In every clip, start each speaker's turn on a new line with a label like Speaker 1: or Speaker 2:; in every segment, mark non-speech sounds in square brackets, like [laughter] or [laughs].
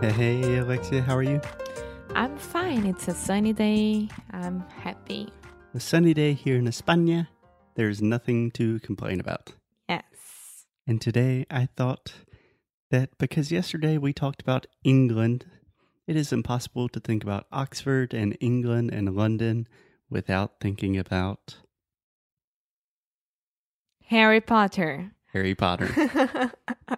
Speaker 1: Hey, Alexia, how are you?
Speaker 2: I'm fine. It's a sunny day. I'm happy.
Speaker 1: A sunny day here in España. There's nothing to complain about.
Speaker 2: Yes.
Speaker 1: And today I thought that because yesterday we talked about England, it is impossible to think about Oxford and England and London without thinking about [laughs]
Speaker 2: Harry Potter.
Speaker 1: Harry
Speaker 2: [laughs]
Speaker 1: Potter.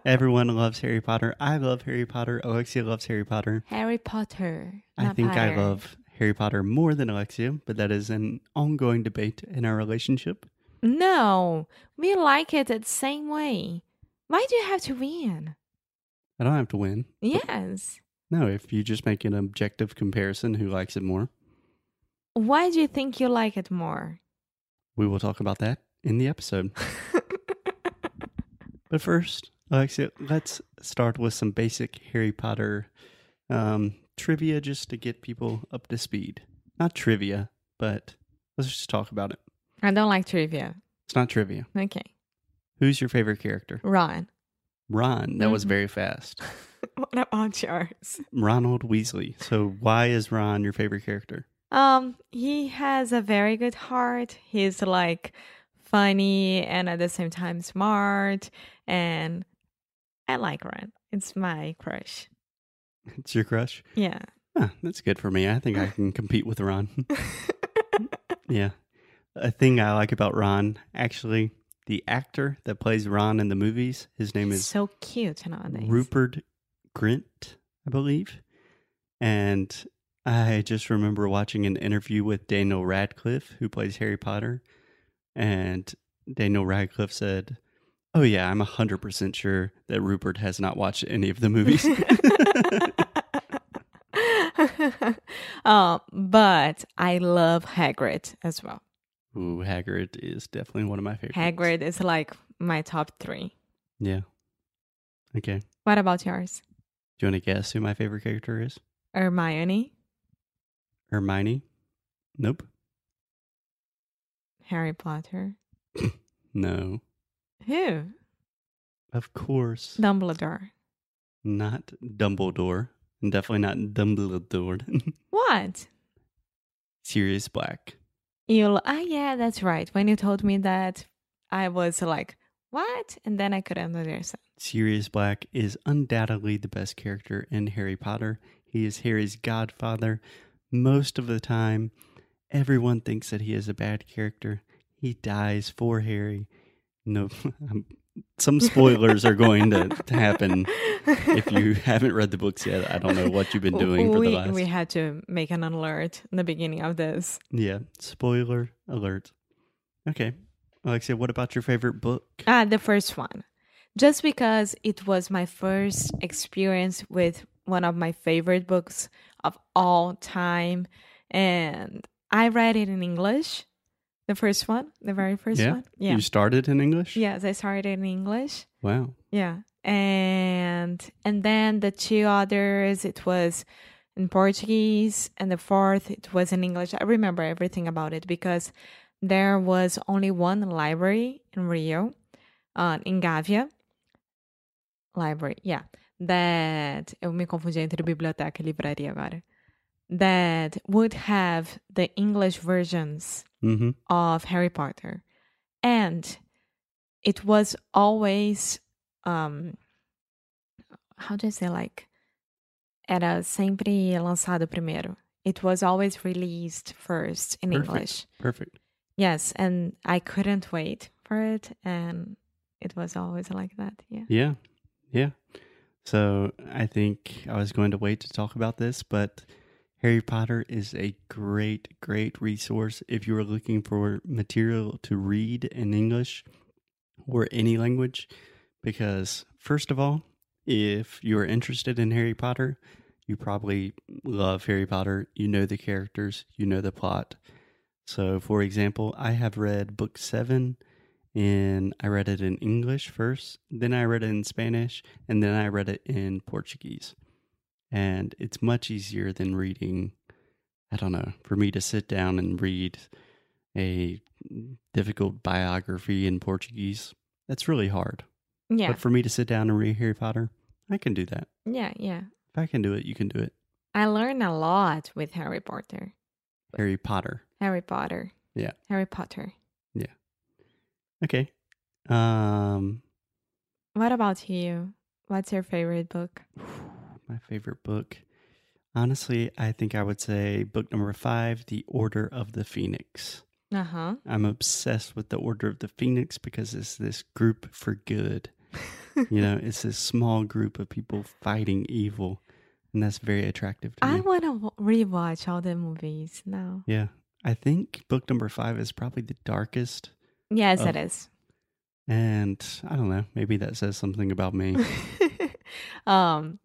Speaker 1: Everyone loves Harry Potter. I love Harry Potter. Alexia loves Harry Potter.
Speaker 2: Harry Potter.
Speaker 1: I
Speaker 2: not
Speaker 1: think I
Speaker 2: Potter.
Speaker 1: love Harry Potter more than Alexia, but that is an ongoing debate in our relationship.
Speaker 2: No, we like it the same way. Why do you have to win?
Speaker 1: I don't have to win.
Speaker 2: Yes.
Speaker 1: No, if you just make an objective comparison, who likes it more?
Speaker 2: Why do you think you like it
Speaker 1: [laughs]
Speaker 2: more?
Speaker 1: We will talk about that in the episode. but first, Alexia, let's start with some basic Harry Potter um, trivia just to get people up to speed. Not trivia, but let's just talk about it.
Speaker 2: I don't like trivia.
Speaker 1: It's not trivia.
Speaker 2: Okay.
Speaker 1: Who's your favorite character? [laughs]
Speaker 2: Ron.
Speaker 1: Ron. That was
Speaker 2: Mhm.
Speaker 1: very fast.
Speaker 2: What about yours?
Speaker 1: Ronald Weasley. So, why is Ron your favorite character?
Speaker 2: Um, he has a very good heart. He's like funny and at the same time smart. And I like Ron. It's my crush.
Speaker 1: It's your crush?
Speaker 2: Yeah.
Speaker 1: Huh, that's good for me. I think I can compete with
Speaker 2: [laughs]
Speaker 1: Ron. Yeah. A thing I like about Ron, actually, the actor that plays Ron in the movies, his name
Speaker 2: He's
Speaker 1: is
Speaker 2: so cute nowadays. [laughs]
Speaker 1: Rupert Grint, I believe. And I just remember watching an interview with Daniel Radcliffe, who plays Harry Potter. And Daniel Radcliffe said, Oh, yeah, I'm 100% sure that Rupert has not watched any of the
Speaker 2: [laughs]
Speaker 1: movies.
Speaker 2: um, but I love Hagrid as well.
Speaker 1: Ooh, Hagrid is definitely one of my favorites.
Speaker 2: Hagrid is like my top three.
Speaker 1: Yeah. Okay.
Speaker 2: What about yours?
Speaker 1: Do you want to guess who my favorite character is?
Speaker 2: Hermione,
Speaker 1: Hermione? Nope.
Speaker 2: Harry Potter.
Speaker 1: No.
Speaker 2: Who?
Speaker 1: Of course.
Speaker 2: Dumbledore.
Speaker 1: Not Dumbledore. And definitely not Dumbledore. [laughs]
Speaker 2: What?
Speaker 1: Sirius Black.
Speaker 2: You, ah, yeah, that's right. When you told me that, I was like, what? And then I couldn't understand.
Speaker 1: Sirius Black is undoubtedly the best character in Harry Potter. He is Harry's godfather. Most of the time, everyone thinks that he is a bad character. He dies for Harry. No, [laughs] I'm- some spoilers are going
Speaker 2: [laughs]
Speaker 1: to, to happen. If you [laughs] haven't read the books yet, I don't know what you've been doing for
Speaker 2: we,
Speaker 1: the last.
Speaker 2: We had to make an alert in the beginning of this.
Speaker 1: Yeah, spoiler alert. Okay. Alexia, what about your favorite book?
Speaker 2: Ah, the first one. Just because it was my first experience with one of my favorite books of all time. And I read it in English, the first one, the very first
Speaker 1: Yeah?
Speaker 2: one. Yeah.
Speaker 1: You started in English?
Speaker 2: Yes, I started in English.
Speaker 1: Wow.
Speaker 2: Yeah. And and then the two others it was in Portuguese and the fourth it was in English. I remember everything about it because there was only one library in Rio, uh, in Gávea library. Yeah. That eu me confundi entre biblioteca e livraria agora. That would have the English versions
Speaker 1: Mm-hmm.
Speaker 2: of Harry Potter. And it was always um how do I say like era sempre lançado primeiro. It was always released first in
Speaker 1: Perfect.
Speaker 2: English.
Speaker 1: Perfect.
Speaker 2: Yes, and I couldn't wait for it and it was always like that. Yeah.
Speaker 1: Yeah. Yeah. So I think I was going to wait to talk about this, but Harry Potter is a great, great resource if you are looking for material to read in English or any language. Because, first of all, if you're interested in Harry Potter, you probably love Harry Potter. You know the characters, you know the plot. So, for example, I have read book seven and I read it in English first, then I read it in Spanish, and then I read it in Portuguese. And it's much easier than reading, I don't know, for me to sit down and read a difficult biography in Portuguese. That's really hard.
Speaker 2: Yeah.
Speaker 1: But for me to sit down and read Harry Potter, I can do that.
Speaker 2: yeah. Yeah.
Speaker 1: If I can do it, you can do it.
Speaker 2: I learned a lot with Harry Potter.
Speaker 1: Harry Potter.
Speaker 2: Harry Potter.
Speaker 1: Yeah.
Speaker 2: Harry Potter.
Speaker 1: Okay. Um
Speaker 2: What about you? What's your favorite book?
Speaker 1: [sighs] my favorite book. Honestly, I think I would say book number 5, The Order of the Phoenix.
Speaker 2: Uh huh.
Speaker 1: I'm obsessed with The Order of the Phoenix because it's this group for good. You know, it's this small group of people fighting evil, and that's very attractive to
Speaker 2: [laughs] I
Speaker 1: me.
Speaker 2: want to rewatch all the movies now.
Speaker 1: yeah. I think book number 5 is probably the darkest
Speaker 2: Yes,
Speaker 1: Oh.
Speaker 2: it is. [laughs]
Speaker 1: and I don't know, maybe that says something about
Speaker 2: [laughs]
Speaker 1: me.
Speaker 2: um,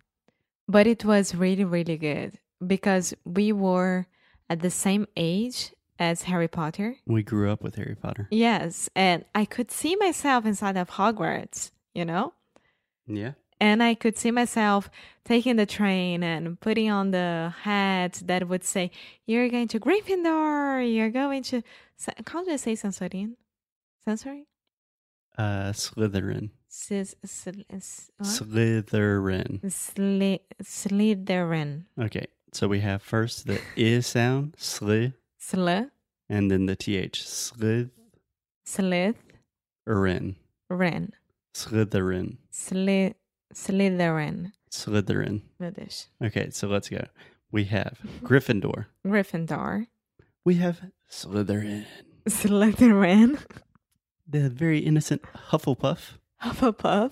Speaker 2: but it was really, really good because we were at the same age as Harry Potter.
Speaker 1: we grew up with Harry Potter.
Speaker 2: Yes, and I could see myself inside of Hogwarts, you know?
Speaker 1: Yeah.
Speaker 2: And I could see myself taking the train and putting on the hat that would say, You're going to Gryffindor, you're going to. Sa- How do I say Sensorian? Sensory?
Speaker 1: Uh Slytherin.
Speaker 2: Sis, sl- s- what?
Speaker 1: Slytherin.
Speaker 2: Sli- Slytherin.
Speaker 1: Okay. So we have first the I sound, sli,
Speaker 2: Sl-
Speaker 1: and then the TH. Slytherin.
Speaker 2: Slytherin.
Speaker 1: Slytherin.
Speaker 2: Sli- Slytherin.
Speaker 1: Slytherin.
Speaker 2: Meu Deus.
Speaker 1: Okay, so let's go. We have Gryffindor.
Speaker 2: Gryffindor. [laughs]
Speaker 1: We have Slytherin.
Speaker 2: Slytherin. [laughs]
Speaker 1: The very innocent Hufflepuff
Speaker 2: Hufflepuff.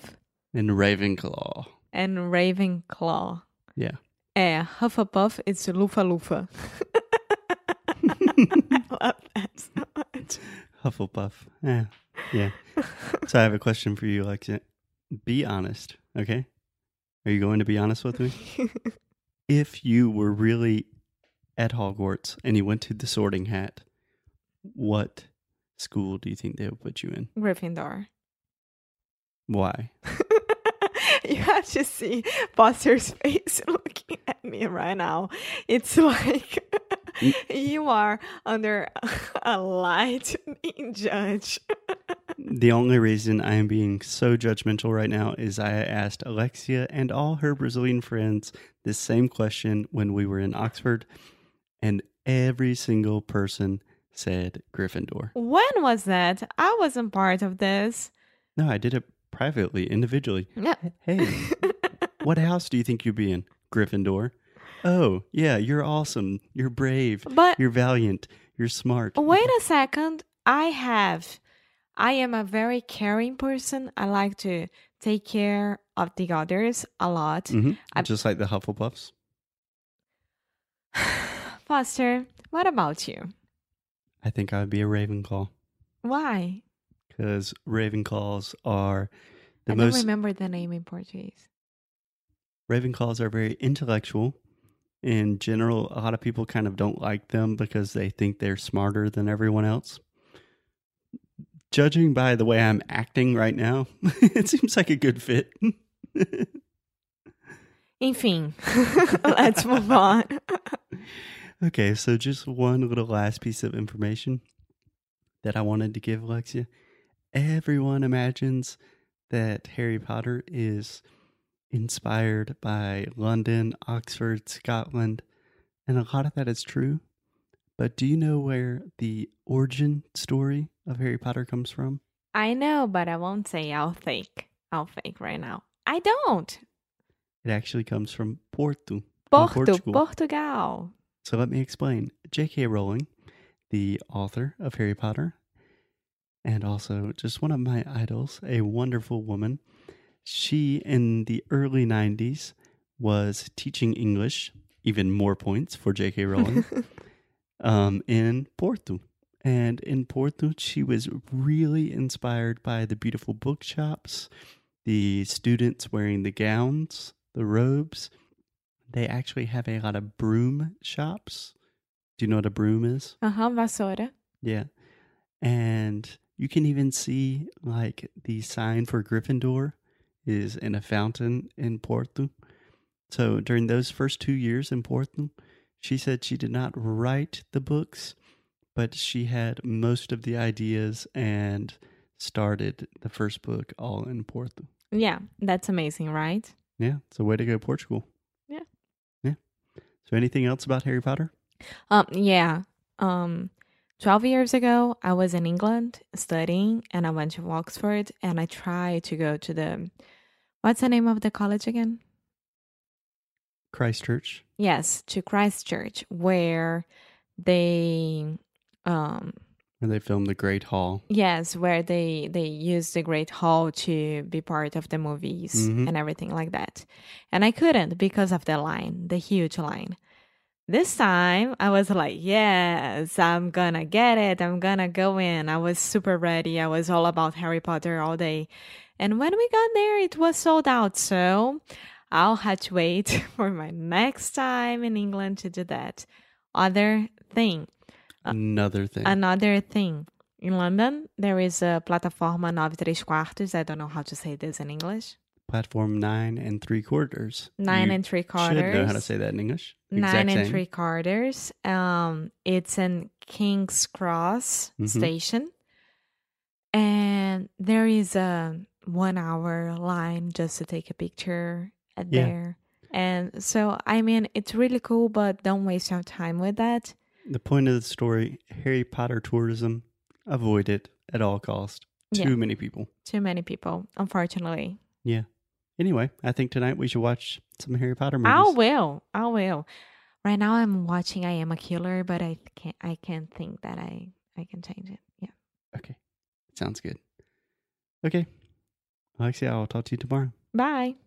Speaker 1: and Ravenclaw.
Speaker 2: and Ravenclaw.
Speaker 1: Yeah.
Speaker 2: É, Hufflepuff, it's Lufa Lufa. [laughs] I love that so much. [laughs]
Speaker 1: Hufflepuff. Yeah. Yeah. so I have a question for you, Alexa. Be honest, okay? Are you going to be honest with me? if you were really at Hogwarts and you went to the sorting hat, what school do you think they would put you in?
Speaker 2: Gryffindor.
Speaker 1: Why?
Speaker 2: [laughs] you have to see Buster's [laughs] face looking at me right now. It's [laughs] like
Speaker 1: Mm.
Speaker 2: you are under [laughs] a light being judged.
Speaker 1: The only reason I am being so judgmental right now is I asked Alexia and all her Brazilian friends this same question when we were in Oxford, and every single person said Gryffindor.
Speaker 2: When was that? I wasn't part of this.
Speaker 1: No, I did it privately, individually.
Speaker 2: Yeah. [laughs]
Speaker 1: Hey, what house do you think you'd be in? Gryffindor. Oh, yeah, you're awesome. You're brave.
Speaker 2: But
Speaker 1: You're valiant. You're smart.
Speaker 2: Wait a second. I have. I am a very caring person. I like to take care of the others a lot. [sighs]
Speaker 1: Mhm.
Speaker 2: I'm-
Speaker 1: Just like the Hufflepuffs.
Speaker 2: Foster, what about you?
Speaker 1: I think I would be a Ravenclaw
Speaker 2: Why?
Speaker 1: because Ravenclaws are the
Speaker 2: I don't
Speaker 1: most
Speaker 2: remember the name in Portuguese.
Speaker 1: Ravenclaws are very intellectual. In general, a lot of people kind of don't like them because they think they're smarter than everyone else. Judging by the way I'm acting right now, [laughs] it seems like a good fit.
Speaker 2: [laughs] Enfim, let's move on.
Speaker 1: okay, so just one little last piece of information that I wanted to give Alexia. Everyone imagines that Harry Potter is inspired by London, Oxford, Scotland, and a lot of that is true. But do you know where the origin story of Harry Potter comes from?
Speaker 2: I know, but I won't say I'll fake. I'll fake right now. I don't.
Speaker 1: It actually comes from Porto. in
Speaker 2: Porto,
Speaker 1: Portugal.
Speaker 2: Portugal.
Speaker 1: So let me explain. J.K. Rowling, the author of Harry Potter, and also just one of my idols, a wonderful woman, she in the early 90s was teaching English, even more points for J.K. Rowling, um, in Porto. And in Porto, she was really inspired by the beautiful bookshops, the students wearing the gowns, the robes. They actually have a lot of broom shops. Do you know what a broom is?
Speaker 2: Uh huh. Vassoura.
Speaker 1: Yeah. And you can even see like the sign for Gryffindor is in a fountain in Porto. So during those first two years in Porto, she said she did not write the books, but she had most of the ideas and started the first book all in Porto.
Speaker 2: Yeah, that's amazing, right?
Speaker 1: Yeah, it's a way to go, Portugal.
Speaker 2: Yeah.
Speaker 1: Yeah. So anything else about Harry Potter?
Speaker 2: Um, yeah. Um, 12 years ago, I was in England studying and I went to Oxford and I tried to go to the, what's the name of the college again?
Speaker 1: Christchurch.
Speaker 2: Yes, to Christchurch, where they, um,
Speaker 1: And they filmed the Great Hall.
Speaker 2: yes, where they they used the Great Hall to be part of the movies
Speaker 1: Mhm.
Speaker 2: and everything like that. And I couldn't because of the line, the huge line. This time I was like, yes, I'm gonna get it. I'm gonna go in. I was super ready. I was all about Harry Potter all day. And when we got there, it was sold out. So I'll have to wait [laughs] for my next time in England to do that. Other thing,
Speaker 1: Another thing.
Speaker 2: Another thing. In London, there is a plataforma 93 quartos. I don't know how to say this in English.
Speaker 1: Platform nine and three quarters.
Speaker 2: Nine
Speaker 1: You
Speaker 2: and three
Speaker 1: Should know how to
Speaker 2: quarters.
Speaker 1: say that in English.
Speaker 2: Nine
Speaker 1: Exact
Speaker 2: and
Speaker 1: same.
Speaker 2: three quarters. Um, it's in King's Cross
Speaker 1: Mhm.
Speaker 2: station. And there is a one hour line just to take a picture at
Speaker 1: Yeah.
Speaker 2: there. And so, I mean, it's really cool, but don't waste your time with that.
Speaker 1: The point of the story: Harry Potter tourism. Avoid it at all cost. Too
Speaker 2: Yeah.
Speaker 1: many people.
Speaker 2: Too many people, unfortunately.
Speaker 1: Anyway, I think tonight we should watch some Harry Potter movies.
Speaker 2: I will. I will. Right now, I'm watching I Am a Killer, but I can't. I can't think that I I can change it. Yeah.
Speaker 1: Okay, sounds good. Okay, Alexia, I'll talk to you tomorrow.
Speaker 2: Bye.